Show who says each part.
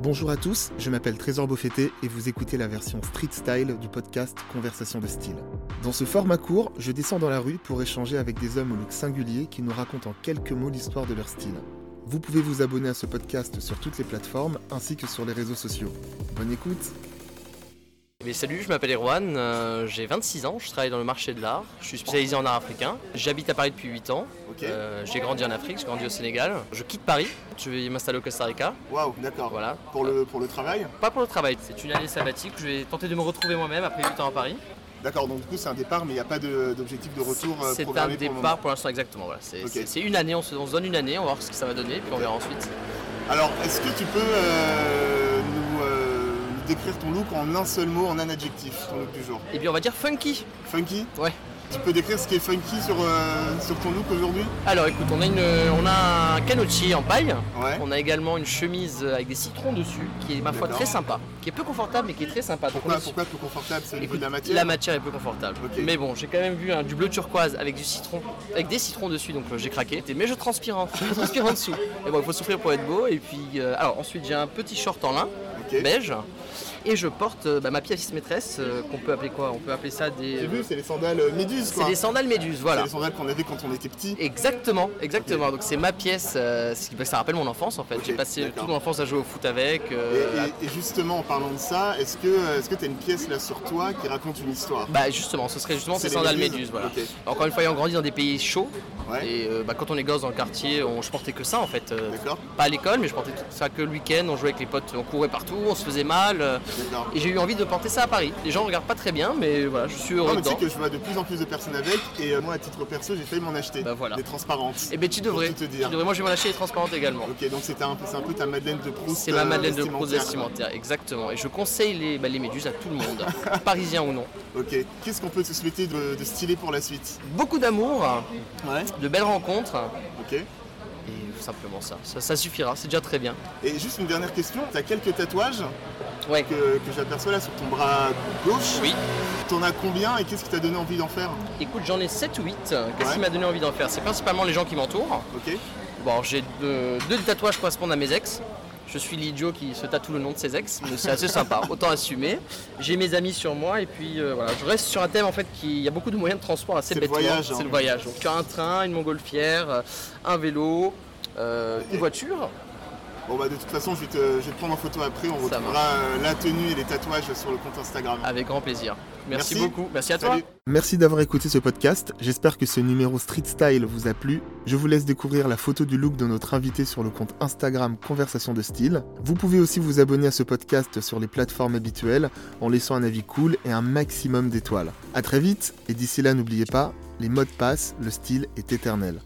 Speaker 1: Bonjour à tous, je m'appelle Trésor Beaufetté et vous écoutez la version street style du podcast Conversation de style. Dans ce format court, je descends dans la rue pour échanger avec des hommes au look singulier qui nous racontent en quelques mots l'histoire de leur style. Vous pouvez vous abonner à ce podcast sur toutes les plateformes ainsi que sur les réseaux sociaux. Bonne écoute
Speaker 2: mais salut, je m'appelle Erwan, euh, j'ai 26 ans, je travaille dans le marché de l'art, je suis spécialisé en art africain, j'habite à Paris depuis 8 ans,
Speaker 1: Ok.
Speaker 2: euh, j'ai grandi en Afrique, j'ai grandi au Sénégal, je quitte Paris, je vais m'installer au Costa Rica,
Speaker 1: Waouh, d'accord.
Speaker 2: voilà.
Speaker 1: le, pour le travail
Speaker 2: Pas pour le travail, c'est une année sabbatique, je vais tenter de me retrouver moi-même après 8 ans à Paris.
Speaker 1: D'accord, donc du coup c'est un départ mais il n'y a pas d'objectif de, euh,
Speaker 2: c'est un départ pour l'instant exactement, voilà. C'est
Speaker 1: Ok.
Speaker 2: c'est- c'est une année, on se, on se donne une année, on va voir ce que ça va donner, puis on
Speaker 1: Ok.
Speaker 2: verra ensuite.
Speaker 1: Alors, est-ce que tu peux euh, nous, euh, nous décrire ton look en un seul mot, en un adjectif, ton look du jour
Speaker 2: Et puis on va dire funky
Speaker 1: Funky
Speaker 2: Ouais.
Speaker 1: Tu peux décrire ce qui est funky sur, euh, sur ton look aujourd'hui
Speaker 2: Alors écoute, on a, une, on a un canotier en paille,
Speaker 1: Ouais.
Speaker 2: on a également une chemise euh, avec des citrons dessus, qui est ma foi
Speaker 1: D'accord.
Speaker 2: très sympa, qui est peu confortable mais qui est très sympa. Donc, on
Speaker 1: Pourquoi,
Speaker 2: est sur-
Speaker 1: pourquoi plus confortable C'est au niveau
Speaker 2: Écoute,
Speaker 1: de la matière
Speaker 2: est peu confortable.
Speaker 1: Ok.
Speaker 2: Mais bon, j'ai quand même vu hein, du bleu turquoise avec du citron, avec des citrons dessus, donc euh, j'ai craqué. Mais je transpire, en- je transpire en dessous. Et bon, il faut souffrir pour être beau. Et puis, euh, alors ensuite, j'ai un petit short en lin,
Speaker 1: Ok.
Speaker 2: beige. Et je porte euh, bah, ma pièce maîtresse, euh, qu'on peut appeler quoi On peut appeler ça
Speaker 1: J'ai
Speaker 2: des.
Speaker 1: vu, c'est les sandales euh, méduses,
Speaker 2: C'est
Speaker 1: quoi.
Speaker 2: des sandales méduses,
Speaker 1: C'est
Speaker 2: voilà.
Speaker 1: les sandales qu'on avait quand on était petit.
Speaker 2: Exactement, exactement. Donc c'est ma pièce, euh, ce qui- bah, ça rappelle mon enfance en fait.
Speaker 1: Ok,
Speaker 2: J'ai passé
Speaker 1: d'accord.
Speaker 2: toute mon enfance à jouer au foot avec.
Speaker 1: Et,
Speaker 2: euh, à
Speaker 1: et- et justement, en parlant de ça, est-ce que euh, est-ce que t'as une pièce là sur toi qui raconte une histoire
Speaker 2: Bah justement, ce serait justement ces
Speaker 1: les
Speaker 2: sandales méduses, voilà.
Speaker 1: Ok.
Speaker 2: Encore une fois, ayant grandi dans des pays chauds,
Speaker 1: Ouais.
Speaker 2: et euh, bah, quand on est gosse dans le quartier, on, je portais que ça en fait. euh,
Speaker 1: D'accord,
Speaker 2: pas à l'école, mais je portais tout ça que le week-end, on jouait avec les potes, on courait partout, on se faisait mal. euh,
Speaker 1: d'accord.
Speaker 2: et j'ai eu envie de porter ça à Paris. Les gens regardent pas très bien, mais voilà, je suis
Speaker 1: Non,
Speaker 2: heureux
Speaker 1: mais tu sais
Speaker 2: dedans.
Speaker 1: que je vois de plus en plus de personnes avec, et euh, moi, à titre perso, j'ai failli m'en acheter.
Speaker 2: Bah voilà.
Speaker 1: Des transparentes.
Speaker 2: Et ben tu devrais,
Speaker 1: Pour tout te
Speaker 2: tu
Speaker 1: dire.
Speaker 2: devrais. Moi, je vais m'en lâcher les transparentes également.
Speaker 1: Ok, donc c'était un peu- c'est un, peu ta Madeleine de Proust.
Speaker 2: C'est ma
Speaker 1: euh,
Speaker 2: Madeleine de Proust
Speaker 1: vestimentaire,
Speaker 2: vestimentaire, exactement. Et je conseille les, bah, les méduses à tout le monde, parisiens ou non.
Speaker 1: quoi. Ok, qu'est-ce qu'on peut se souhaiter de, de stylé pour la suite
Speaker 2: Beaucoup d'amour,
Speaker 1: Ouais.
Speaker 2: de belles rencontres,
Speaker 1: Ok.
Speaker 2: et simplement ça. Ça, ça suffira, c'est déjà très bien.
Speaker 1: Et juste une dernière question, t'as quelques tatouages
Speaker 2: Ouais.
Speaker 1: que, que j'aperçois là sur ton bras gauche.
Speaker 2: Oui.
Speaker 1: T'en as combien et qu'est-ce qui t'a donné envie d'en faire
Speaker 2: Écoute, j'en ai 7 ou 8. Qu'est-ce
Speaker 1: Ouais.
Speaker 2: qui m'a donné envie d'en faire C'est principalement les gens qui m'entourent.
Speaker 1: Ok.
Speaker 2: Bon, j'ai deux, deux tatouages correspondent à mes ex. Je suis l'idiot qui se tatoue le nom de ses ex, mais c'est assez sympa, autant assumer. J'ai mes amis sur moi et puis euh, voilà, je reste sur un thème en fait qui il y a beaucoup de moyens de transport assez
Speaker 1: C'est le
Speaker 2: bêtement.
Speaker 1: voyage, hein.
Speaker 2: C'est le voyage. Donc tu as un train, une montgolfière, euh, un vélo, euh, une voiture.
Speaker 1: Bon bah de toute façon je vais te, je vais te prendre en photo après, on
Speaker 2: Ça
Speaker 1: retrouvera euh, la tenue et les tatouages sur le compte Instagram.
Speaker 2: Avec grand plaisir. Merci,
Speaker 1: Merci.
Speaker 2: beaucoup. Merci à toi.
Speaker 1: Salut. Merci d'avoir écouté ce podcast. J'espère que ce numéro Street Style vous a plu. Je vous laisse découvrir la photo du look de notre invité sur le compte Instagram Conversation de Style. Vous pouvez aussi vous abonner à ce podcast sur les plateformes habituelles en laissant un avis cool et un maximum d'étoiles. À très vite et d'ici là n'oubliez pas, les modes passent, le style est éternel.